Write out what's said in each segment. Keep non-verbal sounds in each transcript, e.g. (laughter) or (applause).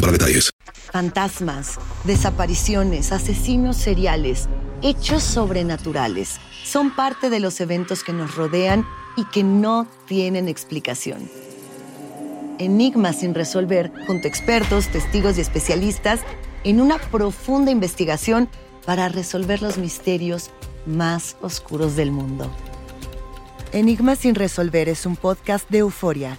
para detalles. Fantasmas, desapariciones, asesinos seriales, hechos sobrenaturales son parte de los eventos que nos rodean y que no tienen explicación. Enigmas sin resolver, junto a expertos, testigos y especialistas, en una profunda investigación para resolver los misterios más oscuros del mundo. Enigmas sin resolver es un podcast de euforia.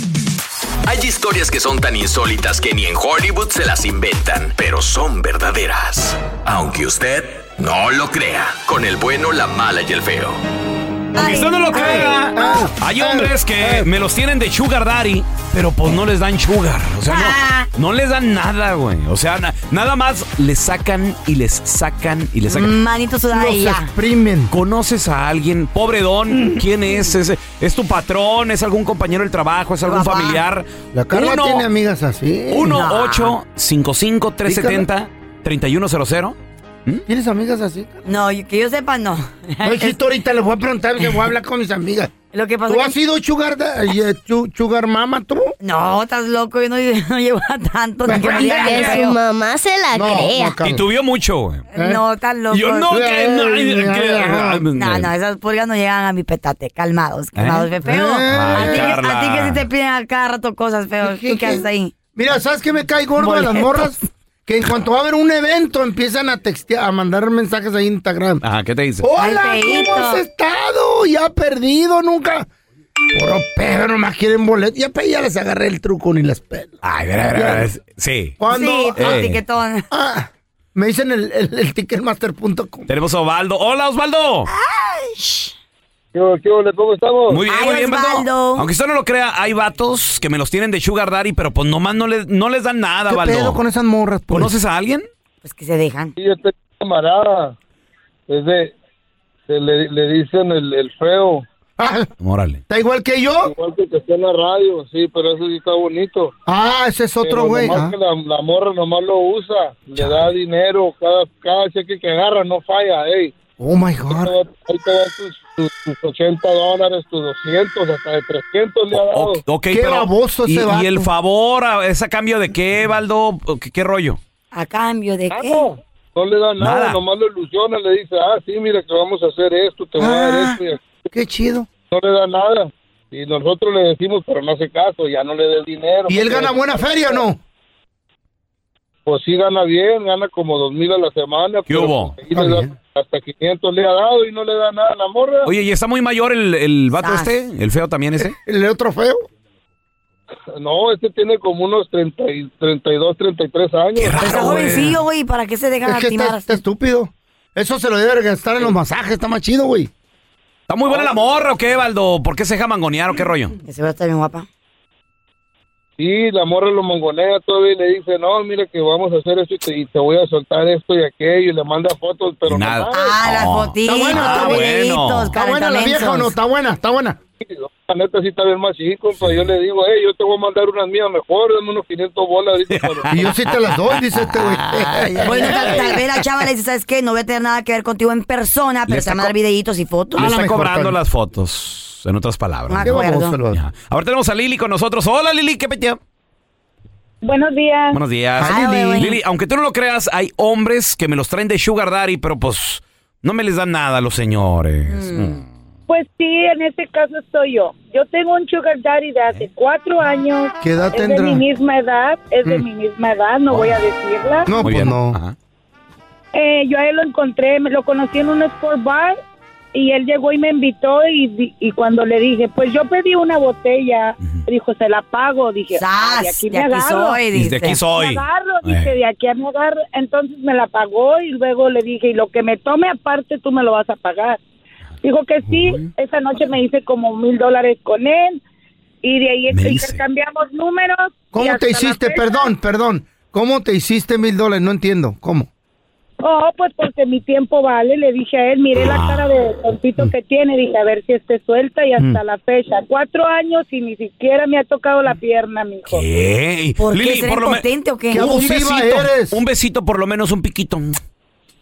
Hay historias que son tan insólitas que ni en Hollywood se las inventan, pero son verdaderas. Aunque usted no lo crea, con el bueno, la mala y el feo. Aunque usted no lo crea, Ah. hay hombres que me los tienen de sugar daddy, pero pues no les dan sugar. O sea, Ah. no, no les dan nada, güey. O sea, na- nada más les sacan y les sacan y les sacan. Manito sudada y ya. exprimen. ¿Conoces a alguien? Pobre don, ¿quién es? ¿Es, es tu patrón? ¿Es algún compañero del trabajo? ¿Es algún Papá. familiar? La Carla Uno- tiene amigas así. 1-855-370-3100. ¿Mm? ¿Tienes amigas así? No, yo- que yo sepa, no. (laughs) No, hijito, ahorita les voy a preguntar, que voy a hablar con mis amigas. Lo que pasó ¿Tú que- has sido sugar, da- y, eh, chu- sugar mama, tú? No, estás loco, yo no, (laughs) no llevo a tanto. ni que me digan Que feo. Que su mamá se la crea. Carla. Y tuvió mucho, güey. ¿Eh? No, estás loco. Yo no, Eh, sí. que no, ay, que- No, ah, No, no, esas pulgas no llegan a mi petate. Calmados, calmados, ¿Eh? feo. Ay, a, ti, que- a Carla. ti que sí te piden a cada rato cosas, feo. ¿Tú qué haces ahí? Mira, ¿sabes qué me cae gordo de las Boletos. morras? Que en cuanto va a haber un evento empiezan a textear, a mandar mensajes ahí en Instagram. Ah, ¿qué te dice? Hola, Ay, ¿cómo has feíto. estado? Ya perdido, nunca. Puro pedo, nomás quieren boletos. Ya, pe- ya les agarré el truco ni las pelas. Ay, mira, mira, mira, es- Sí. Cuando Sí, pues, todo Ah. Eh. tiquetón. ah, me dicen el, el, el ticketmaster.com. Tenemos a Osvaldo. Hola, Osvaldo. ¿Cómo estamos? Muy bien, Ay, muy bien, vato. Osvaldo. Aunque usted no lo crea, hay vatos que me los tienen de sugar daddy, pero pues nomás no les, no les dan nada, ¿Qué Osvaldo. pedo con esas morras? pues? ¿Conoces a alguien? Pues que se dejan. Sí, yo tengo un camarada. Es de, se le, le dicen el, el feo. Ah, Órale. ¿Está igual que yo? Igual que el que está en la radio, sí, pero eso sí está bonito. Ah, ese es otro Pero güey. nomás ah. que la, la morra nomás lo usa. Le da dinero. Cada, cada cheque que agarra no falla. Ey, Oh my ahí God. te va- ahí te van tus, tus, tus 80 dólares, tus 200, hasta de 300 le ha dado. O- ok, Qué pero- baboso ese y, vato. ¿Y el favor? a- ¿Es a cambio de qué, Osvaldo? ¿Qué, qué rollo? ¿A cambio de Ah, qué? no, no le da nada, Nada. nomás lo ilusiona. Le dice, ah, sí, mira que vamos a hacer esto, te voy a Ah. dar esto. y aquello. Qué chido. no le da nada. Y nosotros le decimos, pero no hace caso, ya no le des dinero. ¿Y él gana buena feria o no? Pues sí gana bien, gana como dos mil a la semana. ¿Qué pero hubo? pues ahí le da- Está bien. hasta 500 le ha dado y no le da nada a la morra. Oye, ¿y está muy mayor el, el vato Sas. este? ¿El feo también ese? ¿El otro feo? No, este tiene como unos 30 y 32, 33 años. raro, Está güey. jovencillo, güey. ¿Para qué se dejan Es que está, lastimar? está estúpido. Eso se lo debe gastar en los masajes, está más chido, güey. ¿Está muy buena la morra o qué, Valdo? ¿Por qué se deja mangonear o qué rollo? Que se va a estar bien guapa. Sí, la morra lo mangonea todavía y le dice, no, mira que vamos a hacer esto y te, y te voy a soltar esto y aquello y le manda fotos, pero nada. Ah, las fotitos, Está bueno, está los bueno. videitos, Está buena la vieja, ¿o no? Está buena, está buena. La neta sí está bien más chico, pero yo le digo, hey, yo te voy a mandar unas mías mejor, dame unos 500 bolas. (laughs) dice, pero- Y yo sí te las doy, dice este (laughs) güey. Bueno, tal, tal vez la chava le dice, ¿sabes qué? No voy a tener nada que ver contigo en persona, pero te van a dar videitos y fotos. Le está cobrando las fotos, en otras palabras. De acuerdo. Qué baboso, Ya. Ahora tenemos a Lili con nosotros. Hola, Lili, ¿qué peteo? Buenos días. Buenos días. Hi, Lili. Lili. Lili. aunque tú no lo creas, hay hombres que me los traen de sugar daddy, pero pues no me les dan nada a los señores. Mm. Pues sí, en este caso estoy yo. Yo tengo un sugar daddy de ¿Eh? hace cuatro años. ¿Qué edad es tendrá? de mi misma edad, es de Mm. mi misma edad, no voy a decirla. No, pues no. Eh, yo a él lo encontré, me lo conocí en un sport bar y él llegó y me invitó y, di- y cuando le dije, pues yo pedí una botella, dijo, se la pago, dije, ah, de aquí de me aquí agarro. soy, Y de dice. aquí soy. Me agarro, Eh. dije, de aquí me agarro, entonces me la pagó y luego le dije, y lo que me tome aparte tú me lo vas a pagar. Dijo que sí, esa noche me hice como mil dólares con él y de ahí Me hice. intercambiamos números. y ¿Cómo hasta te la hiciste? fecha- Perdón, perdón. ¿Cómo te hiciste mil dólares? No entiendo. ¿Cómo? Oh, pues porque mi tiempo vale, le dije a él, miré Ah. la cara de tontito que tiene, dije a ver si esté suelta y hasta Mm. la fecha, cuatro años y ni siquiera me ha tocado la pierna, mijo. Ey, ¿Por qué? Lili, ¿Será por lo me- impotente o qué? Qué Un abusiva besito, eres. un besito, por lo menos un piquito.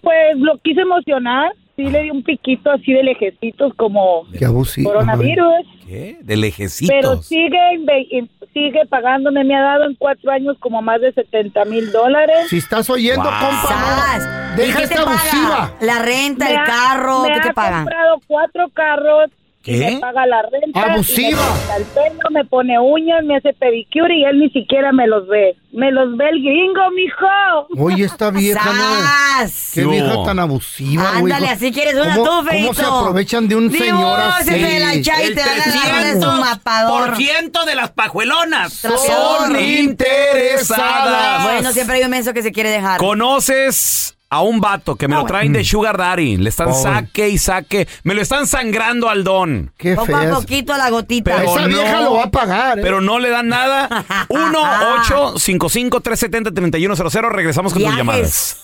Pues lo quise emocionar, sí le di un piquito así de lejecitos como Qué abusivo. coronavirus, ¿Qué? De lejecitos. pero sigue, inve- in- sigue pagándome, me ha dado en cuatro años como más de 70 mil dólares. Si estás oyendo, Wow. compa, no. Ah, deja esta abusiva. La renta, Me el ha- carro, me ¿qué te ha pagan? comprado cuatro carros. ¿Qué? y Me paga la renta. Abusiva. y Me corta el pelo, me pone uñas, me hace pedicure y él ni siquiera me los ve. Me los ve el gringo, mijo. Oye, esta vieja, ¿no? ¡Sas! Qué vieja tan abusiva, güey. Ándale, así quieres una ¿Cómo- tú, ¿Cómo feíto? se aprovechan de un señor así? Divórciate de la Chay, te van a agarrar de su mapador. ciento de las pajuelonas Trapeador. interesadas. Bueno, siempre hay un menso que se quiere dejar. ¿Conoces a un vato que me lo traen de Sugar Daddy? Le están Pobre. saque y saque. Me lo están sangrando al don. Qué Poco a poquito a la gotita. Pero Esa no. vieja lo va a ¿eh? pagar. Pero no le dan nada. 1-855-370-3100. Regresamos con tus Viajes. llamadas.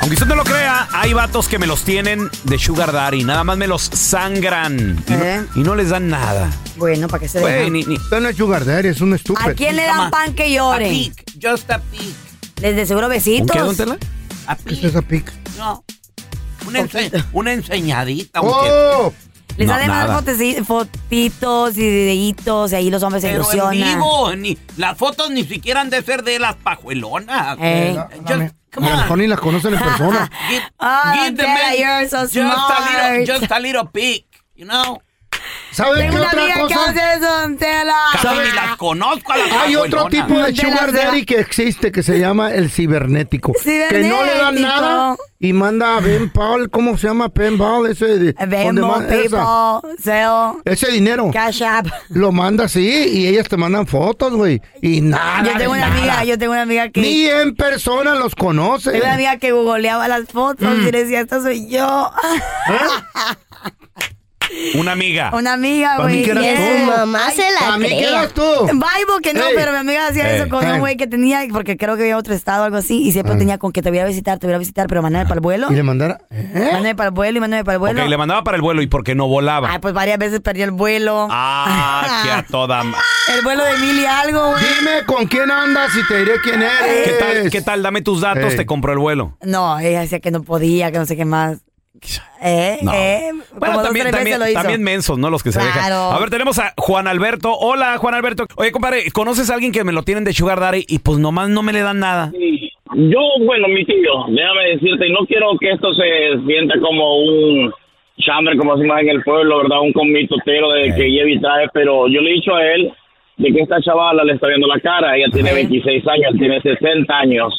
Aunque usted no lo crea, hay vatos que me los tienen de Sugar Daddy. Nada más me los sangran. Y, ¿Eh? no, y no les dan nada. Bueno, para que se Güey, deje. ni- ni- Usted no es sugar daddy, es un estúpido. ¿A quién le dan pan que llore? Pues, A Pic, just a Les de seguro besitos. ¿Un qué, don Tela? ¿Qué es esa pica? No. Una, enseñadita. ¡Oh! Les No, han de mandar nada. foteci- fotitos y videitos y ahí los hombres se ilusionan. ni, las fotos ni siquiera han de ser de las pajuelonas. Eh, Eh, Ey. A lo mejor ni las conocen en (laughs) persona. Ah, don Tela, you're so smart. a little pic, you know. ¿Saben qué Tengo una otra amiga que cosa? hace eso, don Tela. ¿Sabe? las conozco Hay otro tipo de Pues De las sugar de la- daddy que existe que se llama el cibernético. Que no le dan Cibernético. nada y manda a Ben Paul, ¿cómo se llama? Ben Paul, ese de... donde Venmo, ma- PayPal, esa. Zelle, Ese dinero. Cash App. Lo manda así y ellas te mandan fotos, güey. Y nada. Yo tengo de una nada. amiga, yo tengo una amiga que... Ni en persona los conoce. Tengo una amiga que googleaba las fotos Mm. y decía, esta soy yo. Una amiga. (laughs) Una amiga, Pa' güey. mí que y eras ese- tú. Mamá se la Pa' mí que cree. eras Bible que no, Ey. pero mi amiga hacía Ey. eso con un Ey. güey que tenía, porque creo que había otro estado o algo así, y siempre tenía con que te voy a visitar, te voy a visitar, pero Ah. mandar para el vuelo. ¿Eh? Y le mandara... eh. Mándame para el vuelo y mándame para el Ok, vuelo. le mandaba para el vuelo y porque no volaba. Ay, pues varias veces perdí el vuelo. Ah, que a (laughs) toda. ma- El vuelo de mil y algo, güey. Dime con quién andas y te diré quién eres. Eh. ¿Qué tal? ¿Qué tal? Dame tus datos, Ey. te compro el vuelo. No, ella decía que no podía, que no sé qué más. ¿Eh? No. ¿Eh? Bueno, Como dos, también, tres veces también, lo hizo. también mensos, ¿no? Los que se dejan. Claro. A ver, tenemos a Juan Alberto. Hola, Juan Alberto. Oye, compadre, ¿conoces a alguien que me lo tienen de Sugar Daddy y pues nomás no me le dan nada? Yo, bueno, mi tío, déjame decirte, y no quiero que esto se sienta como un chambre, como se llama en el pueblo, ¿verdad? Un comitotero de que lleva y trae, pero yo le he dicho a él de que esta chavala le está viendo la cara. Ella tiene 26 años, él tiene 60 años.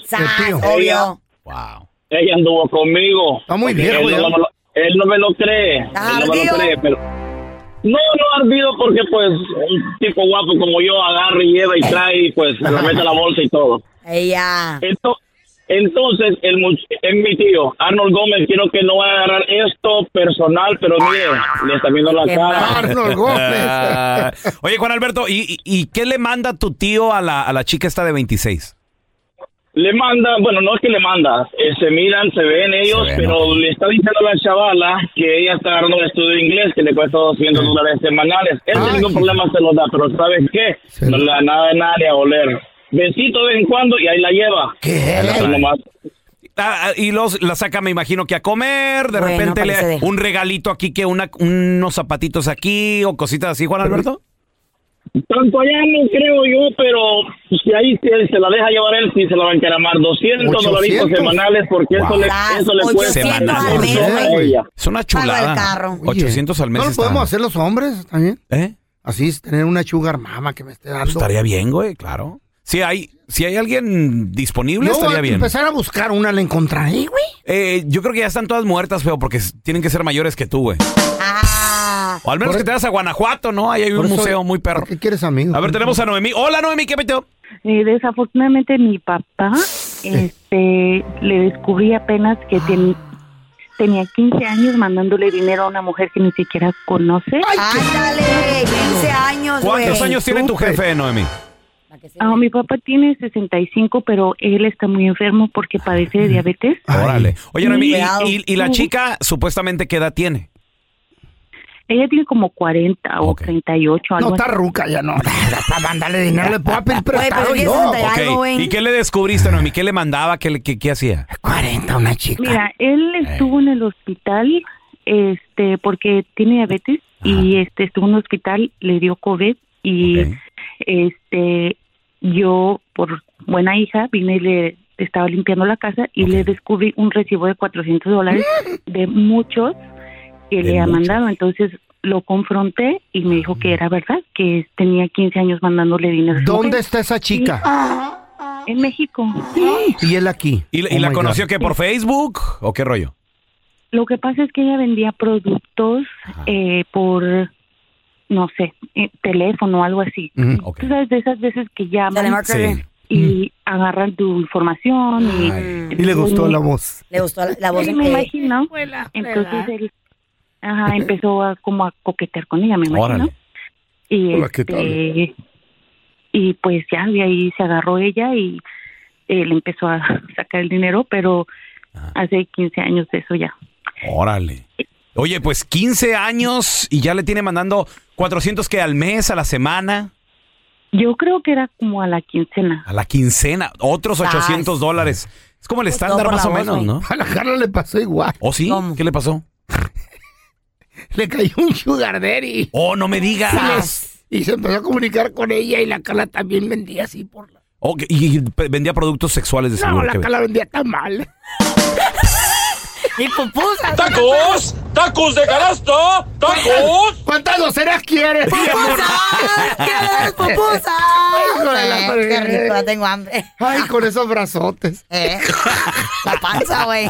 Ella, wow. ella anduvo conmigo. Está muy viejo él, ya. no me lo, él no me lo cree. Está él no me ardido. lo cree, pero... No, no ardido porque pues un tipo guapo como yo agarra y lleva y trae y pues se lo mete a la bolsa y todo. Ella. Ento- Entonces, el much- es mi tío, Arnold Gómez, quiero que no va a agarrar esto personal, pero mire, le está viendo la cara. (laughs) (laughs) Ah, oye, Juan Alberto, ¿y, y, y qué le manda tu tío a la, a la chica esta de 26? Le manda, bueno, no es que le manda, eh, se miran, se ven ellos, pero le está diciendo a la chavala que ella está agarrando un estudio de inglés que le cuesta 200 dólares semanales. El único problema se los da, pero ¿sabes qué? No le da nada de nada ni a oler. Besito de vez en cuando y ahí la lleva. Eso nomás. Ah, ah, y los, la saca, me imagino que a comer, de repente le parece un regalito aquí, que una, unos zapatitos aquí o cositas así, Juan Alberto. Tanto allá no creo yo, pero pues, si ahí se, se la deja llevar él, sí se la va a encaramar. 200 dolaritos 800. semanales porque eso le, Wow. eso le cuesta. Semanal. por todo a ella. Es una chulada. carro. 800 al mes. ¿No lo está- podemos hacer los hombres también? ¿Eh? Así, es, tener una sugar mama que me esté dando. Pues estaría bien, güey, claro. Si hay, si hay alguien disponible, Yo estaría al bien. empezar a buscar una, la encontraré, güey. Eh, yo creo que ya están todas muertas, feo, porque s- tienen que ser mayores que tú, güey. o al menos que te vas a Guanajuato, ¿no? Ahí hay Por un eso- museo muy perro. ¿Qué quieres, amigo? A ver, tenemos a Noemí. Hola, Noemí, ¿qué peteo? Eh, desafortunadamente mi papá este, le descubrí apenas Ah. que ten- tenía 15 años mandándole dinero a una mujer que ni siquiera conoce. Ándale, 15 años, Pues, güey. ¿Cuántos años tiene tu jefe, Noemí? Ah, mi papá tiene 65, pero él está muy enfermo Ah. porque padece de diabetes. Órale. Oye, Sí. Noemí, ¿y, Cuidado. y- y la chica supuestamente qué edad tiene? Ella tiene como 40 o 38, algo No, está ruca ya, no. (laughs) Para mandarle dinero le puedo pedir prestado yo. Ok. ¿Y qué le descubriste, Noemí? ¿Qué le mandaba? ¿Qué, le- qué, qué hacía? 40, una chica. Mira, él estuvo en el hospital este porque tiene diabetes y este estuvo en el hospital, le dio COVID y este yo por buena hija vine y le estaba limpiando la casa y le descubrí un recibo de 400 dólares de muchos que le ha mandado, entonces lo confronté y me dijo que era verdad, que tenía 15 años mandándole dinero. a su ¿Dónde mujer. está esa Sí. chica? En México. Y él aquí. ¿Y, la- y Oh la my conoció God. que por Facebook o qué rollo? Lo que pasa es que ella vendía productos eh, por, no sé, eh, teléfono o algo así. Mm, ok. Tú sabes de esas veces que llaman Telemarketing. Sí. Mm. y agarran tu información y... Y le gustó la voz. Le gustó la, la voz Sí, en me que- imagino. Entonces él (laughs) ajá, empezó a, como a coquetear con ella, me imagino. Órale. Y, Hola, ¿qué tal? este, y pues ya de ahí se agarró ella y él empezó a (laughs) sacar el dinero, pero Ah. hace 15 años de eso ya. Órale. Oye, pues 15 años y ya le tiene mandando 400 que al mes, a la semana, Yo creo que era como a la quincena. a la quincena, otros 800 dólares. Es Pues como el estándar por más la o voz, menos, güey. ¿no? A la Carla le pasó igual. ¿O sí? ¿Qué le pasó? (laughs) Le cayó un sugar daddy. Oh, no me digas. Y se empezó a comunicar con ella y la Carla también vendía así por la... Oh, que- y, y pe- vendía productos sexuales de No, seguro. la que- Carla vendía tan (laughs) mal. y pupusas. ¡Tacos! ¡Tacos de canasto! ¡Tacos! ¿Cuántas doceras quieres? ¡Qué pupusas! la Eh, qué rico, ya tengo hambre. Ay, con esos brazotes. Eh, la panza, güey.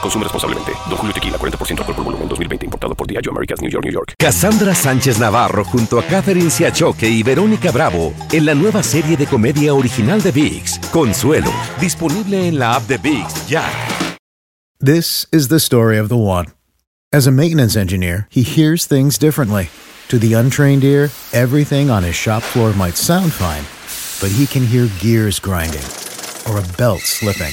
Consume responsablemente. Don Julio Tequila, 40% alcohol por volumen, 2020. Importado por Diageo Americas, New York, New York. Cassandra Sánchez Navarro junto a Catherine Siachoque y Verónica Bravo en la nueva serie de comedia original de VIX, Consuelo, disponible en la app de VIX ya. This is the story of the one. As a maintenance engineer, he hears things differently. To the untrained ear, everything on his shop floor might sound fine, but he can hear gears grinding or a belt slipping.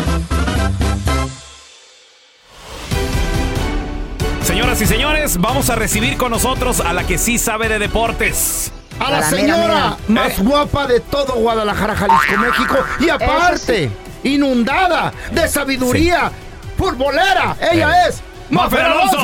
Señoras y señores, vamos a recibir con nosotros a la que sí sabe de deportes. A la señora más guapa de todo Guadalajara, Jalisco, México. Y aparte, inundada de sabiduría futbolera, ella es Eh. Mafer Alonso.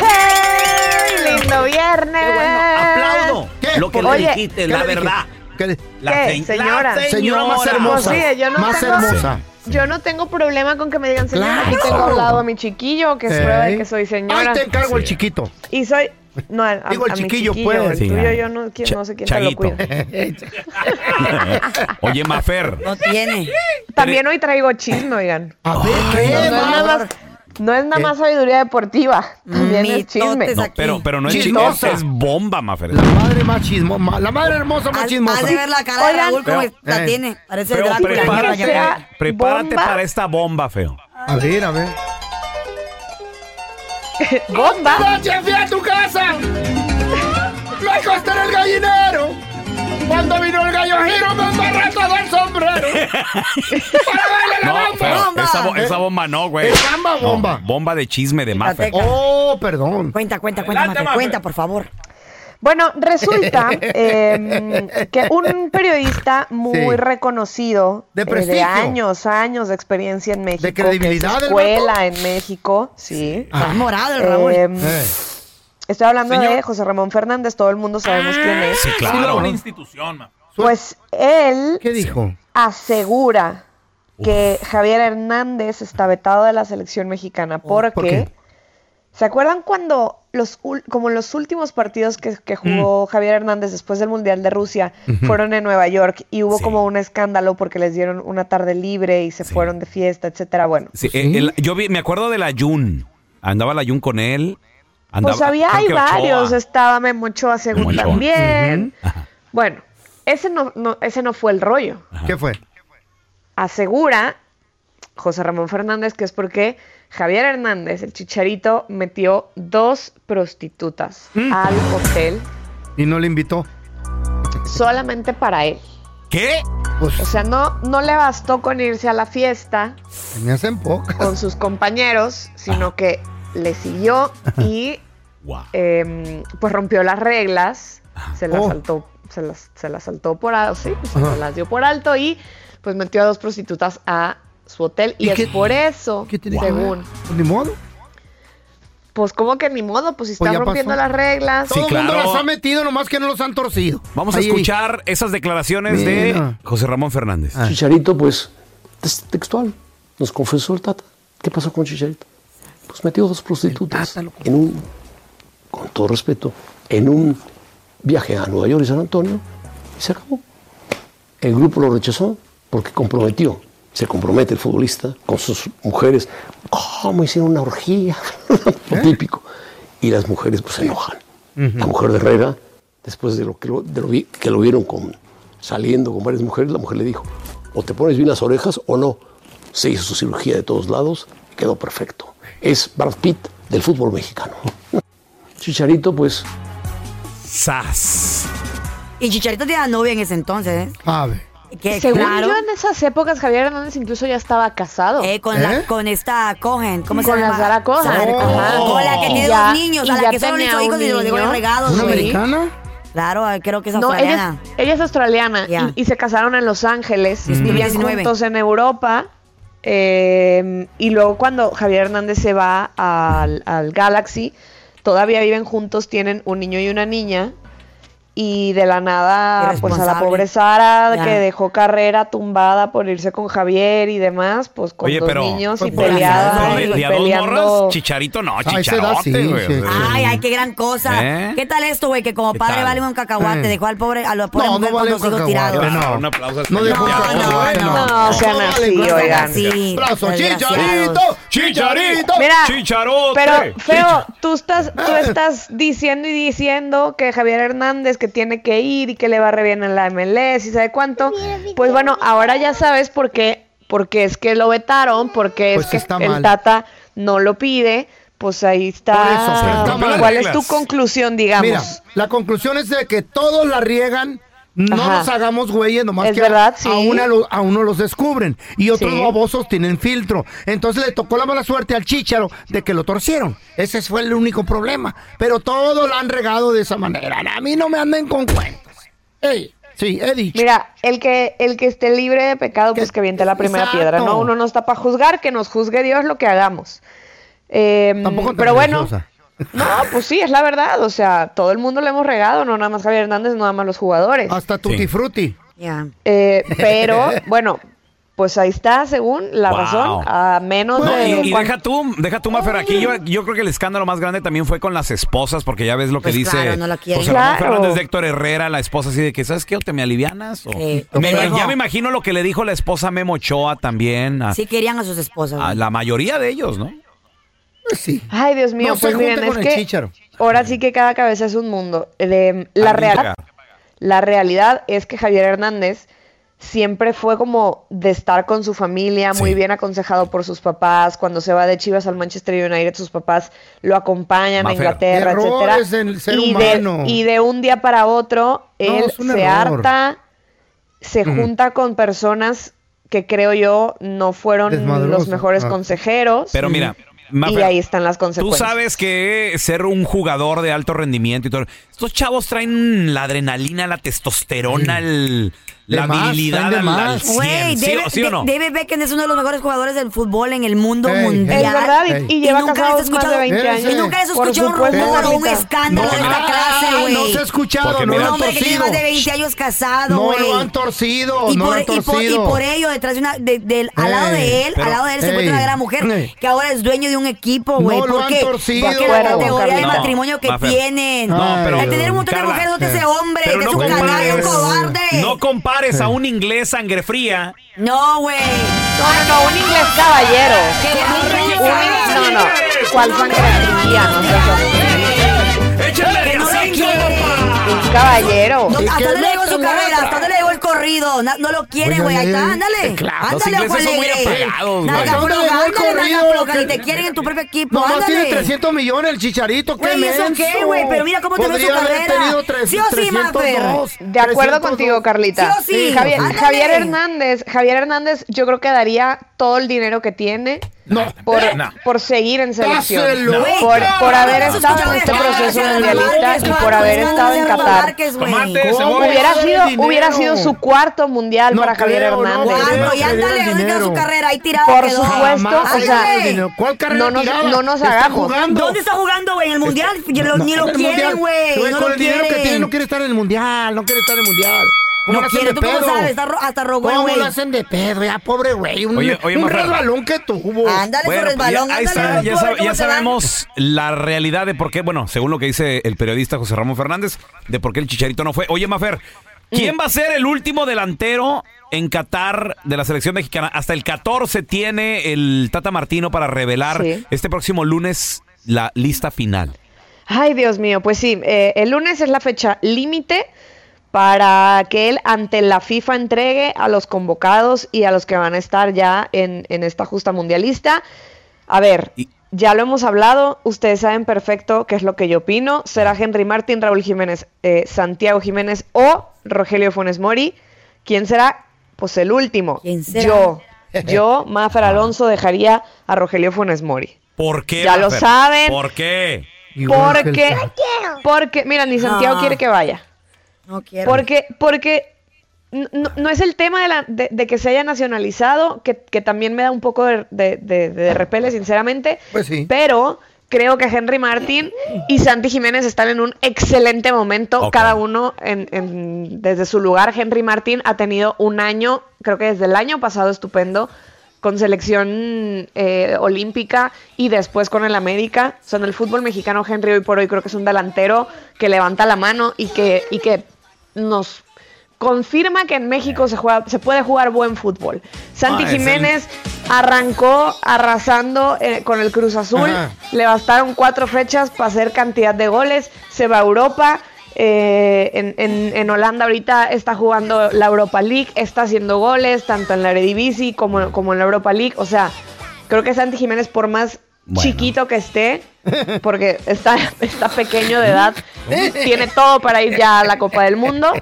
¡Hey! ¡Lindo viernes! ¡Qué bueno! ¡Aplaudo! Lo que le dijiste, la verdad. ¿Qué? ¿Qué, señora? señora. más hermosa. Pues mire, yo no más tengo- hermosa. Yo no tengo problema con que me digan señora. Aquí Claro. tengo al lado a mi chiquillo, que es prueba de Ey. que soy señora. Ahí te encargo el chiquito. Y soy. No, a, a- Digo, el a mi chiquillo, pues. el Sí, tuyo, claro. yo no, qui- Cha- no sé quién Chaguito. te lo cuida. (laughs) (laughs) Oye, Mafer. No tiene. También hoy traigo chisme, oigan. A ver, ¿qué, No, es nada más, no es nada más sabiduría deportiva. Mm, También es chisme. No, pero, pero no es chisme, Chismosa. es bomba, Mafer. Madre más chismo, ma- la madre hermosa más Has- chismosa. has de ver la cara de Oigan, Raúl como Pero- la eh. tiene. Parece Pero Drácula. prepárate, Mira, prepárate bomba. para esta bomba, feo. A ver, a ver. (laughs) ¡Bomba! ¡Noche fui a tu casa! ¡Me acosté en el gallinero! Cuando vino el gallo giro, me embarré todo el sombrero. No, feo, Esa, bo- esa bomba no, güey. Es bomba, No, bomba. bomba de chisme de Mafer. Oh, perdón. Cuenta, cuenta, cuenta, Mafe, cuenta, por favor. Bueno, resulta eh, que un periodista muy Sí. reconocido De eh, prestigio. años, años de experiencia en México, que credibilidad hizo del vato? escuela en México, sí. Ah. Está morado el Raúl. Eh, Eh. Estoy hablando Señor. de José Ramón Fernández, todo el mundo sabemos quién es. Sí, claro. Ah, Una institución, ma. Pues él ¿Qué dijo? asegura que Javier Hernández está vetado de la selección mexicana porque qué? ¿se acuerdan cuando los ul- como los últimos partidos que, que Mm. jugó Javier Hernández después del Mundial de Rusia Ujú. fueron en Nueva York y hubo como un escándalo porque les dieron una tarde libre y se fueron de fiesta, etcétera? Bueno, Sí, eh, el- yo vi- me acuerdo de la Jun. Andaba la Jun con él. Andaba, pues había creo hay que Ochoa. varios, estaba Memo Ochoa según Ochoa. también. Bueno, ese no, no- ese no fue el rollo. ¿Qué fue? asegura José Ramón Fernández que es porque Javier Hernández, el chicharito, metió dos prostitutas Mm. al hotel Y no le invitó. solamente para él. ¿Qué? O sea, no, no le bastó con irse a la fiesta Se me hacen pocas. con sus compañeros, sino que le siguió y em, pues rompió las reglas, se las Oh. saltó, se las, se las saltó por alto, sí, pues, Ajá. se las dio por alto y pues metió a dos prostitutas a su hotel y, ¿Y es qué- por eso, tiene que según, Ni modo. pues como que ni modo, pues si Pues están ya rompiendo pasó. las reglas. Todo el claro. mundo las ha metido, nomás que no los han torcido. Vamos a Ahí. escuchar esas declaraciones de Mira. José Ramón Fernández. Chicharito, pues, es textual. Nos confesó el Tata. ¿Qué pasó con Chicharito? Pues metió dos prostitutas en un, con todo respeto, en un viaje a Nueva York y San Antonio y se acabó. El grupo lo rechazó porque comprometió. Se compromete el futbolista con sus mujeres. ¿Cómo hicieron una orgía? (laughs) Lo típico. Y las mujeres pues se enojan. La mujer de Herrera, después de lo que lo, de lo vi- que lo vieron con, saliendo con varias mujeres, la mujer le dijo, o te pones bien las orejas o no. Se hizo su cirugía de todos lados, quedó perfecto. Es Brad Pitt del fútbol mexicano. Chicharito, pues... ¡Sas! Y Chicharito tenía novia en ese entonces, ¿eh? A ver. Que, Según claro, Eh, yo en esas épocas Javier Hernández incluso ya estaba casado. con, la- con esta Cohen, ¿cómo se Con llama? la Sara Cohen. Sara Cohen. Oh. Con la que tiene Y ya- dos niños, y a la ya que solo tenía hizo hijos un y los dejó niño. regados. ¿Una güey. americana? Claro, creo que es No, australiana. ella es, ella es australiana Ya. y, y se casaron en Los Mm. Ángeles, Ujú. vivían 19. juntos en Europa. eh, y luego cuando Javier Hernández se va al, al Galaxy, todavía viven juntos, tienen un niño y una niña. Y de la nada, pues a la Irresponsable. pobre Sara, Ya. que dejó carrera tumbada por irse con Javier y demás, pues con Oye, dos pero. niños Pues, y pero peleada. de- y de a dos peleando. morras, chicharito no, esa edad chicharote, Ah, sí, güey. sí, Ay, ay, qué gran cosa. ¿Eh? ¿Qué tal esto, güey? Que como ¿Qué padre tal? vale un cacahuate. Eh. Dejó al pobre, a la pobre No, no mujer con vale un los hijos cacahuate, tirados. no. Un aplauso al No señor. dejó Ya, un bueno, cacahuate, bueno. no. No, sean vale, así, no sean oigan. así. Aplauso, desgraciados. chicharito, chicharito, Mira, chicharote. Pero, Feo, Chicha- tú estás, tú estás diciendo y diciendo que Javier Hernández, que tiene que ir y que le va re bien en la MLS y sabe cuánto. Pues bueno, ahora ya sabes por qué, porque es que lo vetaron, porque Pues es que está el mal. Tata no lo pide, pues ahí Por eso, se está. rompió las ¿Cuál es reglas. tu conclusión, digamos? Mira, la conclusión es de que todos la riegan. No Ajá. nos hagamos güeyes, nomás Es que verdad, a, sí. a una lo- a uno los descubren y otros Sí. babosos tienen filtro. Entonces le tocó la mala suerte al chícharo de que lo torcieron. Ese fue el único problema. Pero todos la han regado de esa manera. A mí no me anden con cuentos. Ey, sí, he dicho. Mira, el que, el que esté libre de pecado, pues que aviente la primera Exacto. piedra, ¿no? Uno no está para juzgar, que nos juzgue Dios lo que hagamos. Eh, Tampoco tan pero bueno, religiosa. no, pues sí, es la verdad. O sea, todo el mundo le hemos regado, no nada más Javier Hernández, no nada más los jugadores. Hasta Tutti Frutti. (laughs) Eh, pero, bueno, pues ahí está, según la Wow. razón, a menos No, de... y, y cuan- deja tú, deja tú, Mafer, aquí yo, yo creo que el escándalo más grande también fue con las esposas, porque ya ves lo que Pues dice claro, no la quieren. José Ramón Claro. Fernández de Héctor Herrera, la esposa así de que, ¿sabes qué? ¿O te me alivianas? O- Eh, Me te ima- dejo. ya me imagino lo que le dijo la esposa Memo Ochoa también a, Sí querían a sus esposas. a la mayoría de ellos, ¿no? Ay, Dios mío, No se pues junte miren, es con el que chícharo. ahora sí que cada cabeza es un mundo. Eh, la realidad La realidad es que Javier Hernández siempre fue como de estar con su familia, muy bien aconsejado por sus papás. Cuando se va de Chivas al Manchester United, sus papás lo acompañan Mafer, a Inglaterra, etcétera. errores del ser y, humano. De, y de un día para otro, él es un se error. harta, se Mm. junta con personas que creo yo no fueron los Desmadroso. mejores Ah. consejeros. Pero mira, y Mafer, ahí están las Tú consecuencias. sabes que ser un jugador de alto rendimiento y todo. Estos chavos traen la adrenalina, la testosterona, el- De la más, virilidad traen de al, más. al cien. Güey, ¿Sí, David, o- sí o Da- no? David Beckham es uno de los mejores jugadores del fútbol en el mundo Ey, ey. mundial. Es verdad, y- y lleva nunca les casados he escuchado- más de 20 años. Y nunca les he Por escuchado un supuesto, rumor o un Carlita. escándalo de esta clase, güey. no se ha escuchado, Porque no mira, lo han Un hombre que tiene más torcido. de 20 años casado, No güey. lo han torcido, y no por, lo han y por- y torcido. por ello, detrás de una, de- del- al lado Ey, de él, pero- al lado de él se ey. encuentra una gran mujer Ey. que ahora es dueño de un equipo, güey. No lo ¿Por han qué? torcido. Porque la categoría de No, matrimonio que Mafer. tienen. No, pero- Al tener un montón Carla, de mujeres, no te eh, ese hombre, pero que no es un compares- canalla, un cobarde. No compares a un inglés sangre fría. No, güey. No, no, un inglés caballero. Un inglés- no, no. ¿Cuál sangre fría? No seas así. Un caballero. No, hasta dónde le llegó su carrera, hasta dónde le llegó el corrido. Na- no lo quiere, Oye, güey. Ahí está, eh, ándale. eh, claro, los ándale, ingleses Juan son muy Alegre. apagados, Naga güey. ¿Dónde floja, le llegó el ándale, naga corrido? floja, y Que- eh, te quieren en tu propio equipo. Nomás tiene ándale. 300 millones el chicharito, qué Güey, ¿eso qué, menso. güey? Pero mira cómo terminó su Podría haber carrera. tenido tres- Sí o sí, 302, De acuerdo 302. contigo, Carlita. Sí o sí. Javier, Ándale. Javier Hernández, Javier Hernández, yo creo que daría todo el dinero que tiene por, no. por seguir en selección. Dáselo. Por- Güey, Por, claro, haber eso estado en escuchaba este de Carla proceso García mundialista Márquez, y por Carla haber García estado en Márquez, Qatar. güey. Tomate, ¿Cómo? cebolla, Hubiera dale sido, dinero. hubiera sido su cuarto mundial No para Javier creo, no Hernández. ¿Eh? creo, no Cuatro, y creo ándale, el ¿dónde quedó su dinero. carrera? Ahí tirada Por quedó. supuesto, Jamás o sea, creo el dinero. ¿Cuál carrera no nos- tirada? no nos Está hagamos. jugando. ¿Dónde está jugando, güey? En el mundial. Yo lo- Este, No, ni en lo el Mundial. quieren, güey. No Con lo el dinero que tiene, quieren. no quiere estar en el mundial, no quiere estar en el mundial. ¿Cómo No lo hacen quiere, de ¿tú cómo pedo? sabes? Está ro- hasta rogó el ¿Cómo güey. lo hacen de pedo? Ya, pobre güey. Un, Oye, oye, un Mafer. resbalón que tuvo. Ándale, Bueno, pues ya- ahí está, ya, sab- ya sabemos la realidad de por qué, bueno, según lo que dice el periodista José Ramón Fernández, de por qué el chicharito no fue. Oye, Mafer, Mm. ¿quién va a ser el último delantero en Qatar de la selección mexicana? Hasta el 14 tiene el Tata Martino para revelar Sí. este próximo lunes la lista final. Ay, Dios mío, pues sí, eh, el lunes es la fecha límite para que él ante la FIFA entregue a los convocados y a los que van a estar ya en, en esta justa mundialista. A ver, ya lo hemos hablado, ustedes saben perfecto qué es lo que yo opino. Será Henry Martín, Raúl Jiménez, eh, Santiago Jiménez o Rogelio Funes Mori. ¿Quién será? Pues el último. será? Yo, yo, Mafer Alonso, dejaría a Rogelio Funes Mori. ¿Por qué? Ya lo Mafer? saben. ¿Por qué? Porque, porque, mira, ni Santiago Ah. quiere que vaya. No quiero. Porque, porque n- no, no es el tema de, la- de- de que se haya nacionalizado, que, que también me da un poco de, de- de- de repele, sinceramente. Pero creo que Henry Martín y Santi Jiménez están en un excelente momento, cada uno en- en- desde su lugar. Henry Martín ha tenido un año, creo que desde el año pasado, estupendo. Con selección eh, olímpica y después con el América. O sea, en el fútbol mexicano, Henry hoy por hoy creo que es un delantero que levanta la mano y que, y que nos confirma que en México se, juega, se puede jugar buen fútbol. Santi Eh. Ah, es el- Jiménez arrancó arrasando eh, con el Cruz Azul, Ajá. le bastaron cuatro fechas para hacer cantidad de goles, se va a Europa. Eh, en, en- en Holanda ahorita está jugando la Europa League, está haciendo goles tanto en la Eredivisie como, como en la Europa League. O sea, creo que Santi Jiménez, por más Bueno. chiquito que esté, porque está, (laughs) está pequeño de (laughs) edad, tiene todo para ir ya a la Copa del Mundo.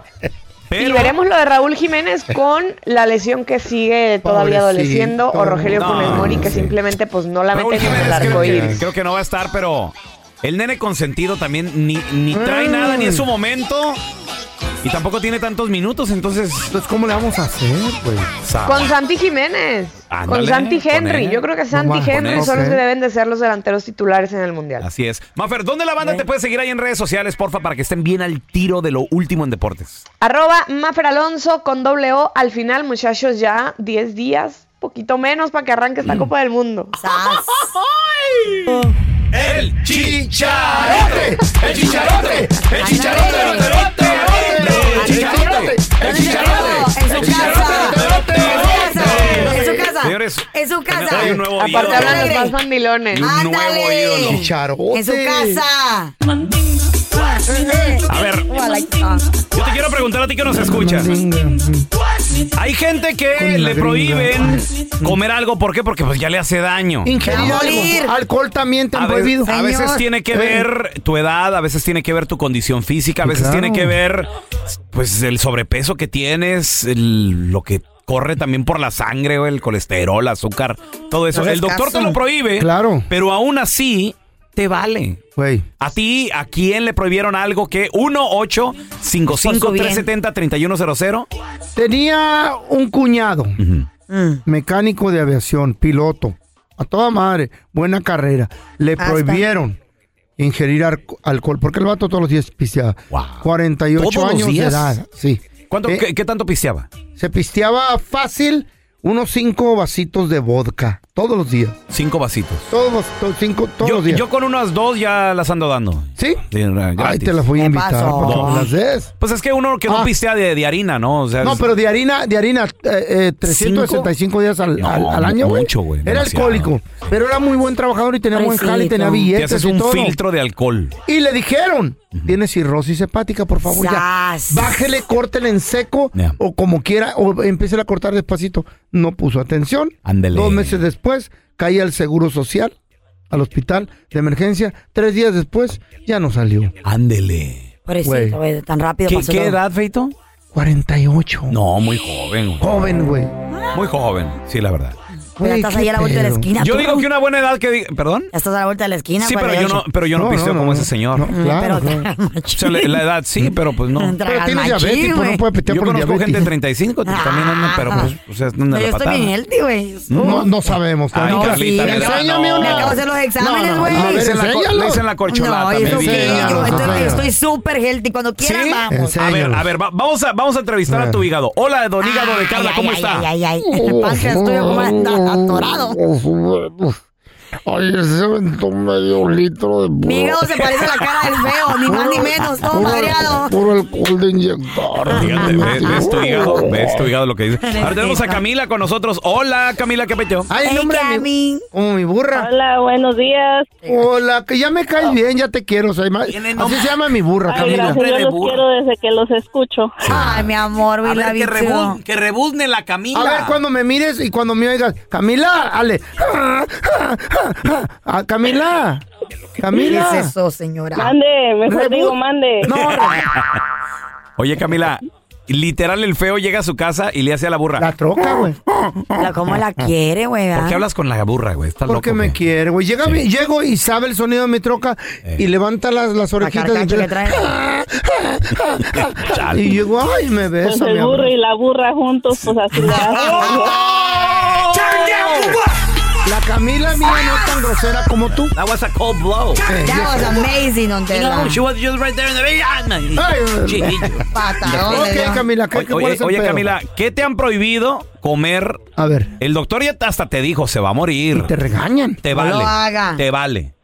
Y veremos lo de Raúl (laughs) Jiménez con la lesión que sigue todavía Pobrecito. adoleciendo o Rogelio No, Funes Mori que sí. simplemente pues no la mete en el Creo arco que, iris. creo que no va a estar, pero el nene consentido también ni, ni trae Mm. nada ni en su momento. Y tampoco tiene tantos minutos, entonces. Entonces, ¿cómo le vamos a hacer, güey? Con Santi Jiménez. Ándale, con Santi con Henry. él. Yo creo que No Santi más, con Henry él. son los Ok. que deben de ser los delanteros titulares en el Mundial. Así es. Mafer, ¿dónde la banda te puede seguir ahí en redes sociales, porfa, para que estén bien al tiro de lo último en deportes? Arroba Mafer Alonso con doble O. Al final, muchachos, ya 10 días, poquito menos para que arranque Mm. esta Copa del Mundo. El chicharote, el chicharote, el chicharote, el chicharote, el chicharote, el En su Ah. casa. Señores, En su casa. hay un nuevo Aparte ídolo. hablan los más mandilones. Y un nuevo Ándale. ídolo. Chicharote. En su casa. A ver. Yo te quiero preguntar a ti que nos escuchas. Hay gente que la le gringa. prohíben comer algo, ¿por qué? Porque pues ya le hace daño. Ingerir Va a algo. morir. Alcohol también te han A ve- prohibido. a veces, tiene que Eh, ver tu edad, a veces tiene que ver tu condición física, a veces Claro. tiene que ver pues el sobrepeso que tienes, el- lo que corre también por la sangre, o el colesterol, azúcar, todo eso. No hagas el doctor te caso. lo prohíbe, Claro. pero aún así te vale. Güey. ¿A ti a quién le prohibieron algo que 1 8 370 3100 Tenía un cuñado, mecánico de aviación, piloto, a toda madre, buena carrera. Le Hasta- prohibieron ingerir arco- alcohol, porque el vato todos los días pisteaba. 48 ¿Todos los años días? de edad, sí. ¿Cuánto, Eh, qué, qué tanto pisteaba? Se pisteaba fácil unos cinco vasitos de vodka, todos los días. Cinco vasitos. Todos, los- to- cinco, todos Yo, los días. yo con unas dos ya las ando dando. ¿Sí? gratis. Ay, te las voy a invitar para que me las des. Pues es que uno que no Ah. pistea de, de harina, ¿no? O sea, No, es- pero de harina, de harina, eh, eh, 365 días al, No, al- al año, güey. mucho, güey, Era demasiado. alcohólico, pero era muy buen trabajador y tenía buen jale y tenía Te billetes haces y un todo. filtro de alcohol. Y le dijeron, tiene cirrosis hepática, por favor, ya. Bájele, córtele en seco Ya. o como quiera, o empiece a cortar despacito. No puso atención. Ándele. Dos meses después, caía al Seguro Social, al hospital de emergencia. Tres días después, ya no salió. Ándele. Pobrecito, güey, tan rápido ¿Qué, pasó qué todo. edad, Feito? 48. No, muy joven. güey. Joven, güey. Muy joven, sí, la verdad. Pero estás ahí a la vuelta de la esquina. Yo tú. digo que una buena edad que diga- ¿Perdón? Estás a la vuelta de la esquina. Sí, pero yo 48. no, pero yo no, pisteo como ese señor. Mm, claro, pero claro. O sea, la, la edad sí, pero pues no. Pero tienes machín, diabetes, pues, güey. no puedes pistear Yo por el conozco gente de diabetes. 35 que también andan, pero pues, o sea, andan de No, Ah. yo la estoy patada. bien healthy, güey. No, no sabemos. Ay, no, Carlita, sí. ¿verdad? Enséñame No. Me una. acabo de hacer los exámenes, no, güey. a Le ver, dicen la co- enséñalo. le dicen la corcholata, No, me eso sí, digas. yo estoy- enséñalos. estoy súper healthy. Cuando quieras, vamos. A ver, a ver, va- vamos a, vamos a entrevistar a tu hígado. Hola, don hígado de Carla, Ay, ¿cómo ay, está? Ay, ay, ay. Este páncreas tuyo como anda (laughs) atorado. Ay, ese aventó medio litro de puro... Mi hígado se parece a la cara del feo, ni más ni menos, todo puro- madreado. Puro alcohol de inyectar. Fíjate, ve- ves, tu hígado, ves tu hígado lo que dice. Ahora tenemos a Camila con nosotros. Hola, Camila, ¿qué peteo? Ay, nombre mi, como mi burra. Hola, buenos días. Hola, que ya me caes bien, ya te quiero. o sea, ma- así se llama mi burra, Ay, Camila. gracias, yo los quiero desde que los escucho. Ay, mi amor, güey, la que, bicho. rebu- que rebuzne la Camila. A ver, cuando me mires y cuando me oigas, Camila, ale. (laughs) Ah, Camila, Camila. ¿Qué es eso, señora? Mande, mejor Rebu- digo, mande. No, (laughs) Oye, Camila, literal el feo llega a su casa y le hace a la burra. La troca, güey. La- ¿Cómo la quiere, güey? ¿Por ah? qué hablas con la burra, güey? Estás Porque loco. me quiere, güey. Llega, mi- Llego y sabe el sonido de mi troca y levanta las, las orejitas. y carcacha empieza- ¡Ah! Chale. Y llego, ay, me Pues besa, mi el burro amor. y la burra juntos, pues así le hacen. La Camila mía no es tan grosera como tú. Eh, That was a cold blow. That was amazing, don You Tela. know, she was just right there in the Ay, Chiquillo. Patadones, Ok, ¿no? Camila, ¿qué, qué- Oye, cuál es el oye, pedo? Camila, ¿qué te han prohibido comer? A ver. El doctor ya hasta te dijo, se va a morir. Te regañan. te No vale. lo haga. Te vale.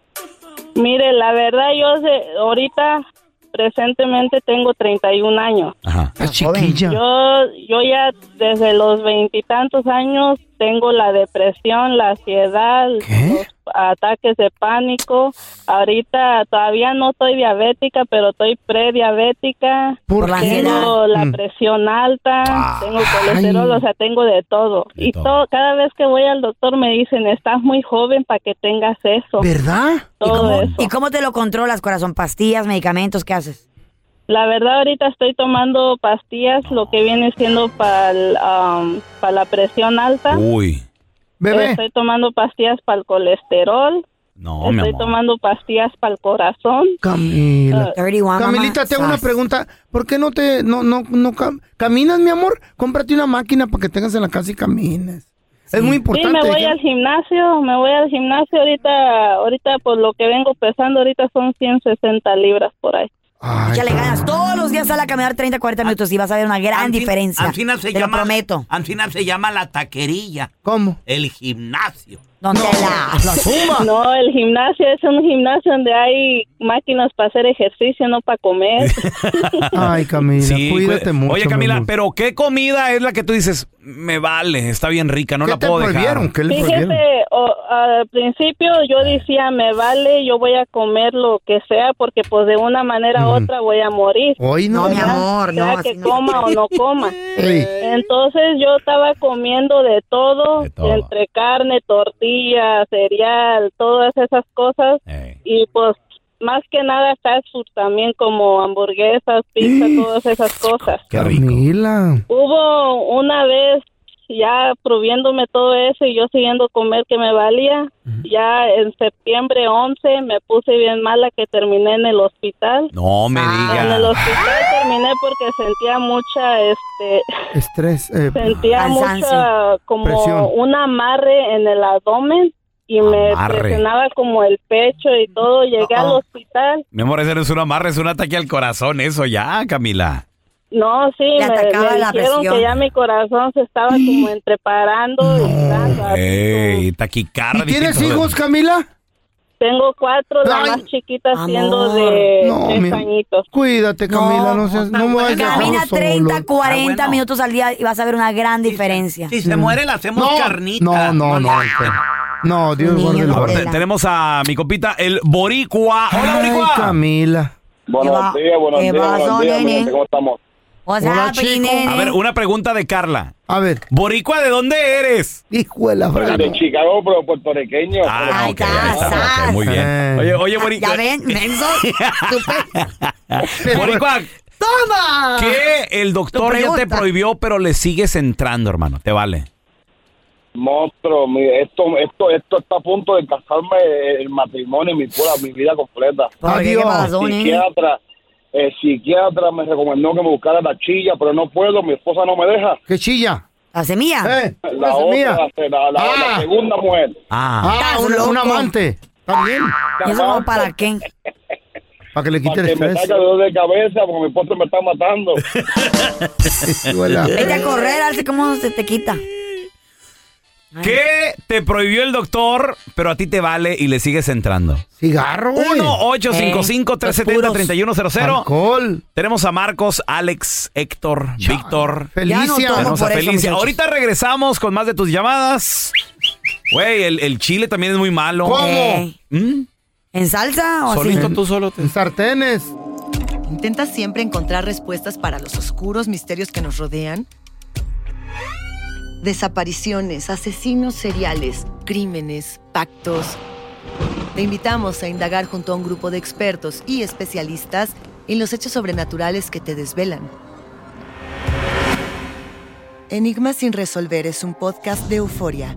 Mire, la verdad, yo sé- ahorita, presentemente, tengo 31 años. Ajá. chiquilla. Yo, yo ya desde los veintitantos años tengo la depresión, la ansiedad, los ataques de pánico. Ahorita todavía no estoy diabética, pero estoy prediabética. ¿Por qué? Tengo la Mm. presión alta, tengo colesterol, o sea, tengo de todo. y todo. cada vez que voy al doctor me dicen, estás muy joven para que tengas eso. ¿Verdad? ¿Y Todo cómo, eso. y cómo te lo controlas, corazón? ¿Pastillas, medicamentos? ¿Qué haces? La verdad ahorita estoy tomando pastillas, lo que viene siendo para la presión alta. Uy. Bebé. Estoy tomando pastillas para el colesterol. No, mi Estoy amor. tomando pastillas para el corazón. Camila. Ah. Camilita, te hago una pregunta. ¿Por qué no te, no, no, no cam- caminas, mi amor? Cómprate una máquina para que tengas en la casa y camines. Es muy importante. Sí, me voy ¿eh? al gimnasio, me voy al gimnasio ahorita, ahorita por lo que vengo pesando, ahorita son 160 libras por ahí. Échale ganas. Todos los días sal a caminar 30, 40 minutos y vas a ver una gran diferencia. Ancina se te llama, lo prometo. Ancina se llama la taquerilla. ¿Cómo? El gimnasio. Don Tela. La zumba. No, el gimnasio es un gimnasio donde hay máquinas para hacer ejercicio, no (laughs) para comer. Ay, Camila, Sí, cuídate cuida- mucho. Oye, mi Camila, amor. pero ¿qué comida es la que tú dices, me vale, está bien rica, no ¿Qué la te puedo prohibieron? dejar? ¿Qué Fíjese, o- al principio yo decía, me vale, yo voy a comer lo que sea, porque pues de una manera u otra voy a morir. Hoy no. No, mi amor, sea no, que así no. coma o no (laughs) coma. Ey. Entonces yo estaba comiendo de todo, entre carne, tortilla, cereal, todas esas cosas. Y pues más que nada fast food también, como hamburguesas, (gasps) pizza, todas esas cosas. Camila. Hubo una vez ya probiéndome todo eso y yo siguiendo comer que me valía. Ya en septiembre 11 me puse bien mala que terminé en el hospital. Ah, No me En el digas. hospital terminé porque sentía mucha, este, Estrés. eh, (laughs) sentía mucha como Presión. un amarre en el abdomen y me Amarre. presionaba como el pecho y todo. Llegué al hospital. Mi amor, ese no es un amarre, es un ataque al corazón, eso ya, Camila. No, sí, me, atacaba me la dijeron presión. que ya mi corazón se estaba como entreparando. y dando a- Ey, taquicardia. tienes todo. hijos, Camila? Tengo cuatro, la más chiquita siendo de tres mira. añitos. Cuídate, Camila, no, seas, no me vayas a dejar Camina solo. 30, 40 minutos al día y vas a ver una gran diferencia. Mm. Si se muere, la hacemos No, (laughs) carnita. No, no, no. este- No, Dios guarde A la ver, te- tenemos a mi copita, el Boricua. Hola, Boricua. Camila. va- Buenos días, buenos qué días, buenos vaso, días, nene. mira, ¿cómo estamos? Hola, A ver, una pregunta de Carla. A ver. Boricua, ¿de dónde eres? Hijo de la Soy de Chicago, pero puertorriqueño. Ah, ok, ahí está, ok, muy Ah. bien. Oye, oye, Boricua. (laughs) Boricua, ¡Toma! Ah, ¿qué el doctor Tu ya te pregunta. prohibió, pero le sigues entrando, hermano? Te vale. Monstruo, mi- esto, esto, esto está a punto de casarme el matrimonio, mi pura, mi vida completa. Ay, qué Adiós. pasó, nene. Psiquiatra, el psiquiatra me recomendó que me buscara la chilla, pero no puedo, mi esposa no me deja. ¿Qué chilla? ¿La semilla? Eh. Eh, La otra, la, la- la segunda mujer. pues, Ah, eh, Estás un, loco. un amante. También. ¿Y eso como para qué? Para que le quite el que me estrés. saque dolor de cabeza, porque mi esposa me está matando. Hijo de la- Vete a correr, alce cómo se te quita. ¿Qué te prohibió el doctor, pero a ti te vale y le sigues entrando? Cigarro, güey. 1-855-370-3100. Alcohol. Tenemos a Marcos, Alex, Héctor, Víctor. Felicia. Ya no tomo Tenemos a por eso, Felicia. muchachos. Ahorita regresamos con más de tus llamadas. Güey, el, el chile también es muy malo. ¿Cómo? eh, Mm, ¿En Ah, salsa o así? Mm. Solito tú solo. te- sartenes. ¿Intentas siempre encontrar respuestas para los oscuros misterios que nos rodean? Desapariciones, asesinos seriales, crímenes, pactos. Te invitamos a indagar junto a un grupo de expertos y especialistas en los hechos sobrenaturales que te desvelan. Enigma sin resolver es un podcast de euforia.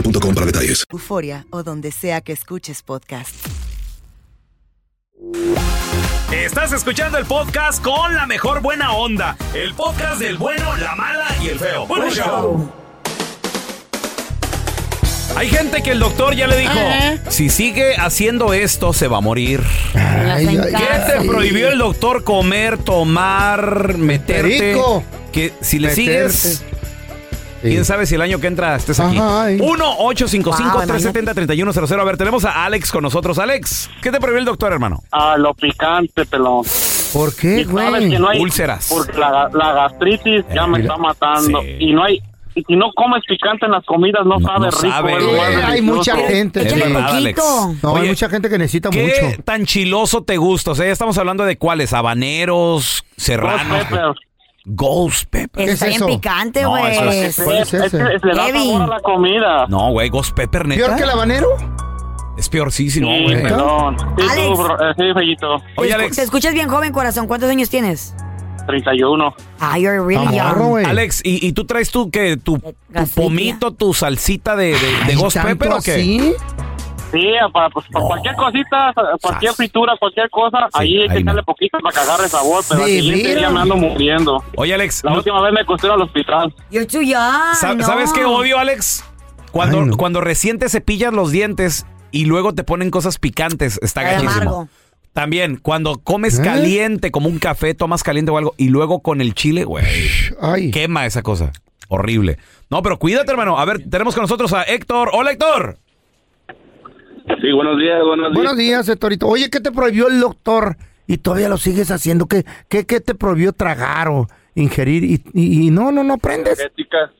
para detalles. Euforia o donde sea que escuches podcast. Estás escuchando el podcast con la mejor buena onda. El podcast del bueno, la mala y el feo. Bueno, show. Hay gente que el doctor ya le dijo, Ah, ¿eh? si sigue haciendo esto se va a morir. Ah, ¿Qué te prohibió el doctor comer, tomar, meterte? Perico. Que si le Meterte. sigues, quién sabe si el año que entra estés aquí. Ay. Ah, 1-855-370-3100. A ver, tenemos a Alex con nosotros. Alex, ¿qué te prohibió el doctor, hermano? A Ah, lo picante, pelón. ¿Por qué, Sabes que no hay- Úlceras. Porque la, la gastritis ya me está matando. Y no hay. Y si no comes picante en las comidas, no, sabe no rico. sabe, es güey. más Eh, Hay delicioso. mucha gente. Es verdad, Alex. No, hay Oye, mucha gente que necesita ¿Qué mucho. tan chiloso te gusta? O sea, ya estamos hablando de cuáles, habaneros, serranos. Ghost pepper. Está bien picante, No, Este güey. eso es- ¿Cuál es ese? Es- es- le da Heavy. sabor a la comida. No, güey, ghost pepper, neta. ¿Peor que el habanero? Es peor, sí, sí, no, Sí, güey. pelón. Sí, tú, Alex. bro- eh, sí, Fellito. Oye, Te escu- Te Alex. escuchas bien joven, corazón. ¿Cuántos años tienes? 31. Ah, you're really young. Alex, ¿y, y tú traes tú que tu, tu pomito, tu salsita de, de, de Ay, ghost ¿tanto pepper o qué? así? Sí, para, pues, para cualquier cosita, cualquier fritura, cualquier cosa, ahí hay que echarle poquito para que agarre sabor, pero al ¿De siguiente día veras? me ando muriendo. Oye, Alex. La última vez me costó ir al hospital. You're too young. Sa- no. ¿Sabes qué odio, Alex? Cuando, cuando recién te cepillas los dientes y luego te ponen cosas picantes, está Ay, gachísimo. amargo. También, cuando comes caliente, como un café, tomas caliente o algo, y luego con el chile, güey, quema esa cosa. Horrible. No, pero cuídate, hermano. A ver, tenemos con nosotros a Héctor. ¡Hola, Héctor! Sí, buenos días, buenos días. Buenos días, Hectorito. Oye, ¿qué te prohibió el doctor? Y todavía lo sigues haciendo. ¿Qué, qué, qué te prohibió tragar o ingerir? Y, y- y no, no, no aprendes. Energéticas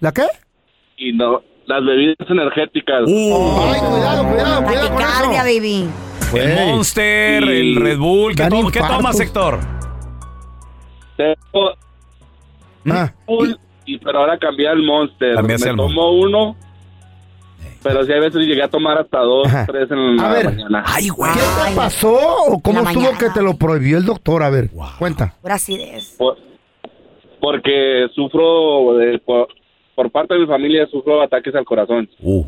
¿La qué? y no, las bebidas energéticas. Uh, Ay, cuidado, cuidado, cuidado con eso. Taquicardia, baby. El Monster, el Red Bull. ¿Qué, Dan to- qué infartos. tomas, Héctor? Tengo Bull, y, pero ahora cambié al Monster. Me Cambiaste al tomo uno, pero sí hay veces llegué a tomar hasta dos, tres en la A ver. mañana. Ay, güey. ¿Qué te pasó o cómo la estuvo mañana. que te lo prohibió el doctor? A ver, cuenta. Pura acidez. Por- porque sufro, de- por, por parte de mi familia, sufro ataques al corazón. Uh.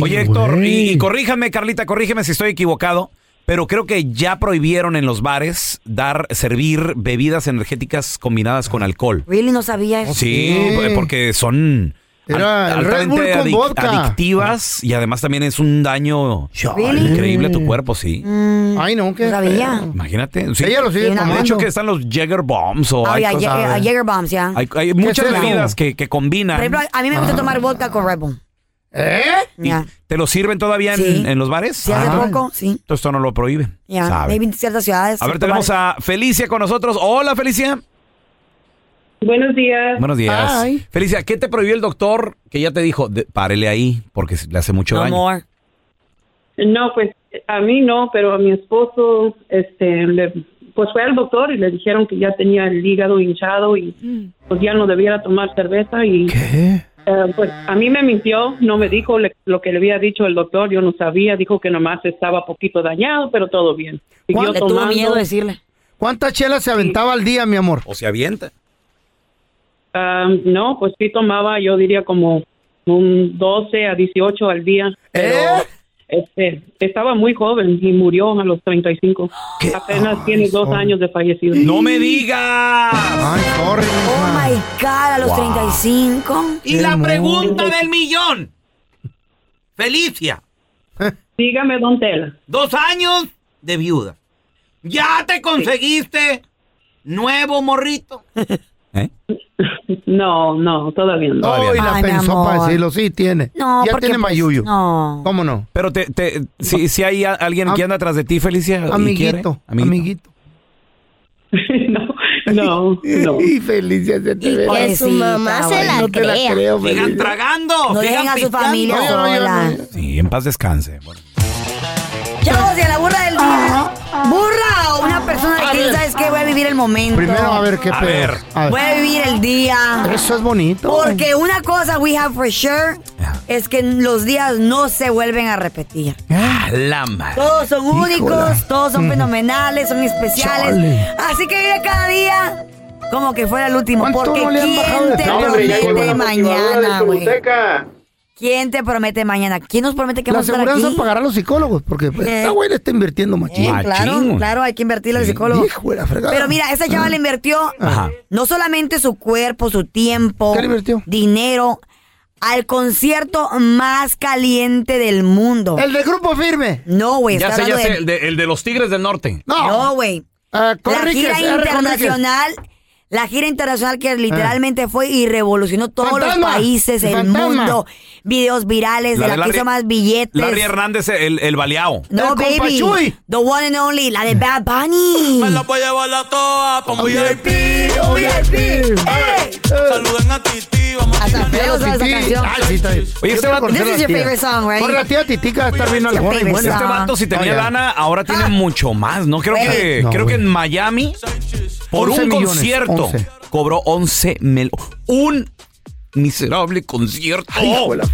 Oye, Héctor, y, y corríjame, Carlita, corrígeme si estoy equivocado, pero creo que ya prohibieron en los bares dar, servir bebidas energéticas combinadas con alcohol. Really no sabía eso. Sí, porque son al- Era el Red altamente Bull con adic- vodka. adictivas y además también es un daño Really? increíble a tu cuerpo, sí. Ay, no, que. Mm, sabía. Eh, Imagínate. Ella lo sigue de tomando. hecho que están los Jagger Bombs o Oh, hay yeah, cosas- Jagger- uh, Jagger Bombs, ya. hay- hay ¿Qué muchas es eso? bebidas que, que combinan. Por ejemplo, a Ah. mí me Ah. gusta tomar vodka con Red Bull. ¿Eh? (laughs) Ya. ¿Te lo sirven todavía en, Sí. en los bares? Ah. Sí, hace poco, sí. Entonces esto no lo prohíbe. Ya. Sabe. Maybe en ciertas ciudades. A ver, ciertos tenemos bares. a Felicia con nosotros. Hola, Felicia. Buenos días. Buenos días. Felicia, ¿qué te prohibió el doctor que ya te dijo, de- párele ahí porque le hace mucho daño? No, pues a mí no, pero a mi esposo, este, le- pues fue al doctor y le dijeron que ya tenía el hígado hinchado y pues ya no debiera tomar cerveza y eh, pues a mí me mintió, no me dijo le- lo que le había dicho el doctor, yo no sabía, dijo que nomás estaba poquito dañado, pero todo bien. Siguió tomando. ¿Cuántas chelas se aventaba al día, mi amor? O se avienta. Ah, no, pues sí tomaba, yo diría como un 12 a 18 al día. Pero este, estaba muy joven y murió a los 35. Apenas tiene dos años de fallecido. ¡No me digas! ¡Ay, corre! Oh my God, a los Wow. 35. Y la pregunta del millón. Felicia. (laughs) Dígame, don Tela. Dos años de viuda. Ya te conseguiste nuevo morrito. No, no, todavía no. Hoy la pensó para decirlo, sí tiene. No, ya porque, tiene pues, mayuyo. no. ¿Cómo no? Pero te, te- si, si hay a- alguien que anda atrás de ti, Felicia. y quiere, Amiguito, amiguito. (laughs) (laughs) no, no. Y Felicia se te ve. que su mamá se Ay, la no te la crea. creo, Sigan Felicia. tragando. No dejen a su familia No, yo no, yo sola. Sí, en paz descanse. Bueno. Chavos, y a la burra del día. Burra o una persona A que dice, ver. ¿sabes qué? Voy a vivir el momento. Primero a ver qué pedo. A ver. Voy a vivir el día. Eso es bonito. Porque una cosa we have for sure es que los días no se vuelven a repetir. A la madre. Todos son Híjola. únicos, todos son fenomenales, son especiales. Chale. Así que vive cada día como que fuera el último. Porque no le han bajado ¿quién de te peso? Hombre, ya llegó promete la mañana, motivadora de güey? ¿Quién te promete mañana? ¿Quién nos promete que La vamos a estar seguridad aquí? pagará a los psicólogos porque pues, Eh. esta güey le está invirtiendo machín. Eh, claro, claro, hay que invertirle al psicólogo. Pero mira, esta chava le invirtió Ajá. no solamente su cuerpo, su tiempo, dinero, al concierto más caliente del mundo. El de Grupo Firme. No, güey, ya está sé, ya hablando sé, de- el de, el de los Tigres del Norte. No, güey. Ah, la Conríquez, gira R. Conríquez. internacional, la gira internacional que literalmente fue y revolucionó todos los Ah. Fantasma. países, el Fantasma. mundo, videos virales, La de de la que Larry- hizo más billetes. Larry Hernández, el, el baleado. No, baby. The one and only, la Mm. de Bad Bunny. Me la voy a llevar la toa con VIP, VIP. Saluden a Titi, vamos a Hasta feo sabe esa canción. Oye, este vato- This is your favorite song, right? Por la tía Titica está viendo Your algo. favorite Bueno, este song. vato si tenía No, ya. lana, ahora Ah. tiene mucho más, ¿no? Creo Güey. que No, creo que en Miami por 11 un millones, concierto 11. cobró 11 mil un miserable concierto. Espérate,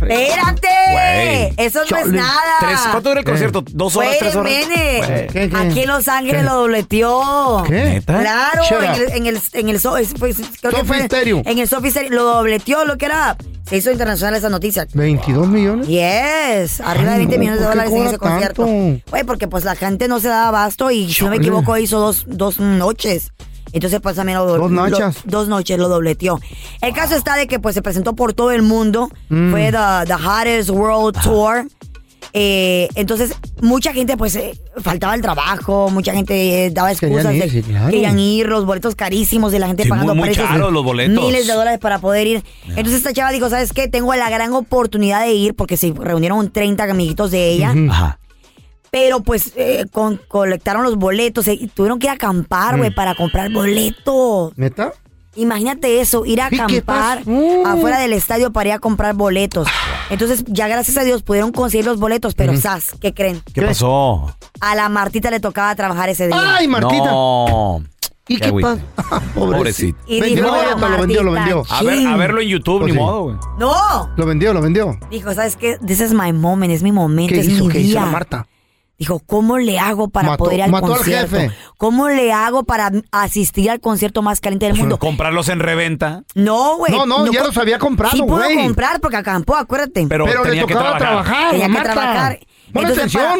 Güey. eso no es Chale. nada. Tres- ¿cuánto dura el concierto? ¿Dos horas, Wait tres a horas? minute. Güey. ¿Qué, qué? Aquí en Los Ángeles ¿Qué? lo dobleteó. ¿Qué? ¿Neta? Claro, Shut en up. el, en el, en el so- es- pues, creo que Sofi fue- Stereo. En el Sofi Stereo, lo dobleteó, lo que era. Se hizo internacional esa noticia. 22 millones. Yes, pues, arriba de Ay, 20 no, millones de ¿por qué dólares en ese cobra concierto. tanto? Güey, porque pues la gente no se daba abasto y si no me Chale. equivoco hizo dos, dos noches. Entonces pues también lo do- Dos lo- nachas. dos noches lo dobleteó. El caso está de que pues se presentó por todo el mundo. Mm. Fue the, the Hottest World Tour. Eh, entonces, mucha gente, pues, eh, faltaba el trabajo, mucha gente eh, daba Querían excusas de ir, sí, claro. querían ir, los boletos carísimos de la gente Sí, pagando muy- muy precios de caros los boletos. miles de dólares para poder ir. Entonces esta chava dijo, ¿sabes qué? Tengo la gran oportunidad de ir porque se reunieron 30 amiguitos de ella. Ujú. Ajá. Pero pues eh, con- colectaron los boletos eh, y tuvieron que ir a acampar, güey, Mm. para comprar boletos. ¿Neta? Imagínate eso, ir a ¿Y qué acampar afuera del estadio para ir a comprar boletos. Entonces, ya gracias a Dios pudieron conseguir los boletos, pero Ujú. sas, ¿qué creen? ¿Qué pasó? A la Martita le tocaba trabajar ese día. No. ¿Y qué agüite. Pobrecito. Pobrecito. Y Vendió dijo, boleto, lo vendió, lo vendió. A, ver, a verlo en YouTube, Pues ni sí. modo, güey. ¡No! Lo vendió, lo vendió. Dijo, ¿sabes qué? This is my moment, es mi momento, ¿Qué es hizo? mi ¿Qué día. hizo la Marta? Dijo, ¿cómo le hago para Mató- poder ir al mató al concierto? jefe. ¿Cómo le hago para asistir al concierto más caliente del mundo? Pues, Comprarlos en reventa. No, güey. No, no, ya los había comprado, Sí pudo güey. comprar porque acampó, acuérdate. Pero, tenía que trabajar. Tenía que trabajar. Entonces, para-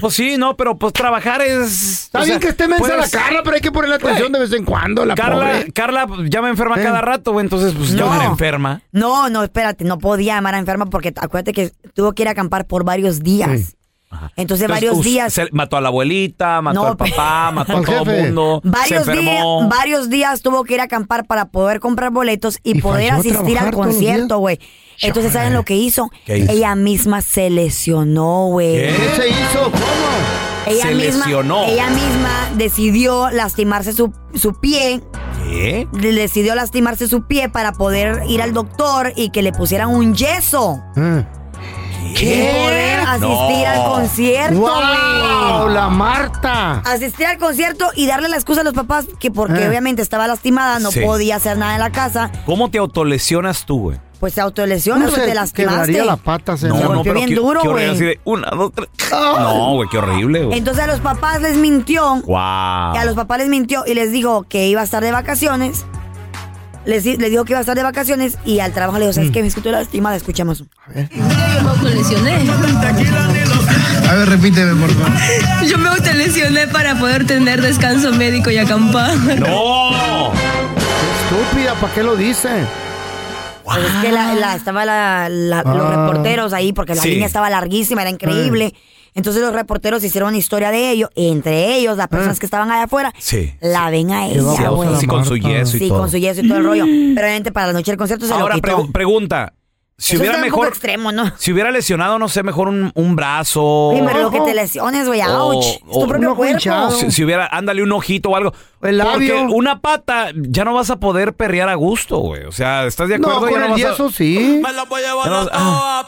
(laughs) Pues sí, no, pero pues trabajar es. Está bien que esté mensa la Carla, pero hay que (laughs) ponerle atención de vez en cuando, la Carla, pobre. Carla pues, ya me enferma cada rato, güey, entonces pues ya No. me enferma. No, no, espérate, no podía llamar a enferma porque acuérdate que tuvo que ir a acampar por varios días. Entonces, varios us- días. se- mató a la abuelita, mató No, pues, (laughs) (laughs) al papá, mató a Al todo jefe. el mundo. Varios, se días, enfermó. varios días tuvo que ir a acampar para poder comprar boletos y, poder falló asistir trabajar al todos los concierto, güey. Entonces, ¿saben lo que hizo? ¿Qué hizo? Ella misma se lesionó, güey. ¿Qué? ¿Qué se hizo? ¿Cómo? Ella Se misma, lesionó. Ella misma decidió lastimarse su, su pie ¿Qué? le- decidió lastimarse su pie para poder ir al doctor y que le pusieran un yeso. ¿Qué? Y Poder asistir No. al concierto. ¡Wow! güey. ¡La Tá. Marta! Asistir al concierto y darle la excusa a los papás que porque Ah. obviamente estaba lastimada, no Sí. podía hacer nada en la casa, ¿Cómo te autolesionas tú, güey? pues se autolesiona, ¿Cómo pues se te lastimaste. quebraría las patas? Se golpeó bien qué, duro, qué horrible, güey. así de una, dos, tres. No, güey, qué horrible, güey. Entonces a los papás les mintió Wow. Y a los papás les mintió y les dijo que iba a estar de vacaciones. Les, di- les dijo que iba a estar de vacaciones y al trabajo le dijo, Mm. ¿sabes qué? Me escucho lastimada, escuchemos. Yo me autolesioné. A ver, repíteme, por favor. Yo me autolesioné para poder tener descanso médico y acampar. ¡No! Estúpida, ¿para qué lo dice? Pues es que la, la- estaba la- la- los Ah. reporteros ahí porque la Sí. Eh. línea estaba larguísima, era increíble. Entonces los reporteros hicieron historia de ello. Entre ellos, las personas que estaban allá afuera, Eh. Sí. la ven a ella, Sí, güey. sí, con su yeso y Sí, todo. con su yeso y todo el (laughs) rollo. Pero obviamente para la noche del concierto se Ahora lo quitó. pregu- pregunta. Si Eso hubiera está un poco mejor. extremo, ¿no? Si hubiera lesionado, no sé, mejor un, un brazo. Oye, pero lo que te lesiones, güey, O- ouch. es o- tu propio cuerpo. Si, si hubiera, ándale un ojito o algo. labio. Porque una pata ya no vas a poder perrear a gusto, güey. O sea, ¿estás de acuerdo? No, Ya con el vas a- yeso sí. ya no vas- ah.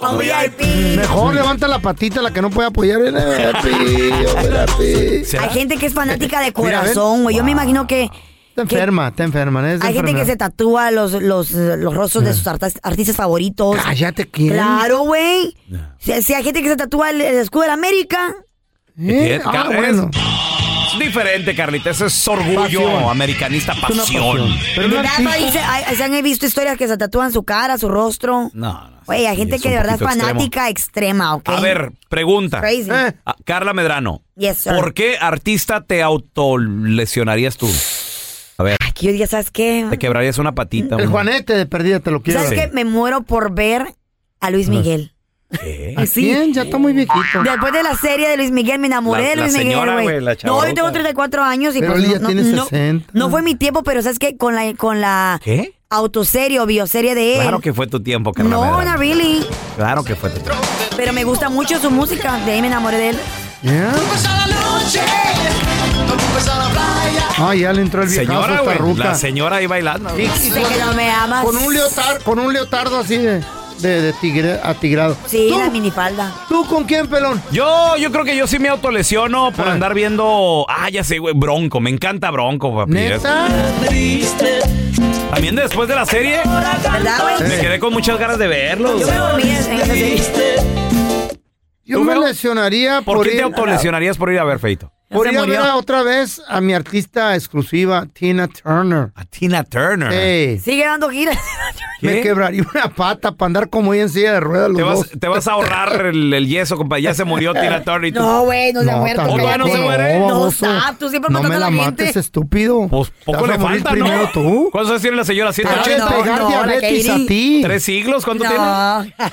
Mejor levanta la patita, la que no puede apoyar. eh, (laughs) pillo, mira, pillo. Hay gente que es fanática de Mira, a ver. corazón, güey. Yo me imagino que... Te que- enferma, te enferma. es de Hay gente que se enfermedad. tatúa los, los, los rostros de sus artas- artistas favoritos. Cállate, ¿quién? Claro, güey. Si, si hay gente que se tatúa el, el escudo de la América. Eh, ¿Qué? Ah, Car- bueno. es- Es diferente, Carlita. Ese es orgullo Pasión. americanista, una pasión. pasión. Pero De verdad, dice- hay- se han visto historias que se tatúan su cara, su rostro. No, no. Güey, hay sí, gente es que un de verdad es poquito extremo. fanática extrema, ¿ok? A ver, pregunta. Crazy. Eh. A- Carla Medrano. Yes, sir. ¿Por qué artista te autolesionarías tú? A ver, Que yo diga, ¿sabes qué? te quebrarías una patita. El un- Juanete de perdida te lo quiero. ¿Sabes qué? Me muero por ver a Luis Miguel. (laughs) ¿A Sí. quién? Ya está muy viejito. Después de la serie de Luis Miguel, me enamoré La- de la Luis señora, Miguel, güey, güey. la No, chavorruca. yo tengo 34 años y Pero pues él ya no, tiene no- 60. no fue mi tiempo, pero ¿sabes qué? Con la, con la ¿Qué? autoserie o bioserie de él. Claro que fue tu tiempo, Carla no, Medrano. no really. Claro que fue tu tiempo. Pero me gusta mucho su música. De ahí me enamoré de él. Ah, ya le entró el viejazo a Señora, esta güey, ruca. La señora ahí bailando. Sí, sí, Sé que no me amas. Con un leotardo, con un leotardo así de, de, de tigre, atigrado. Sí, ¿Tú? la minifalda. ¿Tú con quién, pelón? Yo, yo creo que yo sí me autolesiono Eh. por andar viendo. Ah, ya sé, güey, Bronco. Me encanta Bronco, papi. ¿Neta? También después de la serie, ¿Verdad, me quedé con muchas ganas de verlo. Yo me dormí en esa serie. Yo me lesionaría por, ¿Por qué ir- te autolesionarías por ir a ver Feito? Por ir a ver a otra vez a mi artista exclusiva, Tina Turner. A Tina Turner. Sí. Sigue dando giras. Me quebraría una pata para andar como ella en silla de ruedas los Te vas, dos. te vas a ahorrar el, el yeso, compadre. Ya se murió Tina Turner. y tú- No, güey, no se ha No, muerto. tampoco, cállate. no se muere. No, No, baboso. stop, tú siempre No me matando la a la gente. mates, estúpido. Pues, Poco Te le vas a morir falta, primero ¿no? tú. ¿Cuántos años tiene la señora? Te ha de 180. pegar no, la diabetes a Katie. ti. ¿Tres siglos? ¿Cuánto No. (laughs)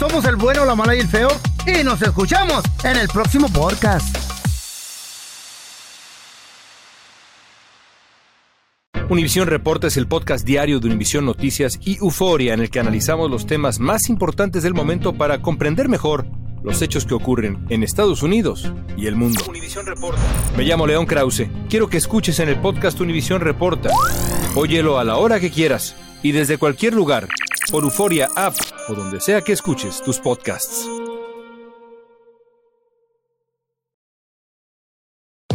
Somos el bueno, la mala y el feo. Y nos escuchamos en el próximo podcast. Univisión Reporta es el podcast diario de Univisión Noticias y Euforia en el que analizamos los temas más importantes del momento para comprender mejor los hechos que ocurren en Estados Unidos y el mundo. Me llamo León Krause. Quiero que escuches en el podcast Univisión Reporta. Óyelo a la hora que quieras y desde cualquier lugar, por Euforia App o donde sea que escuches tus podcasts.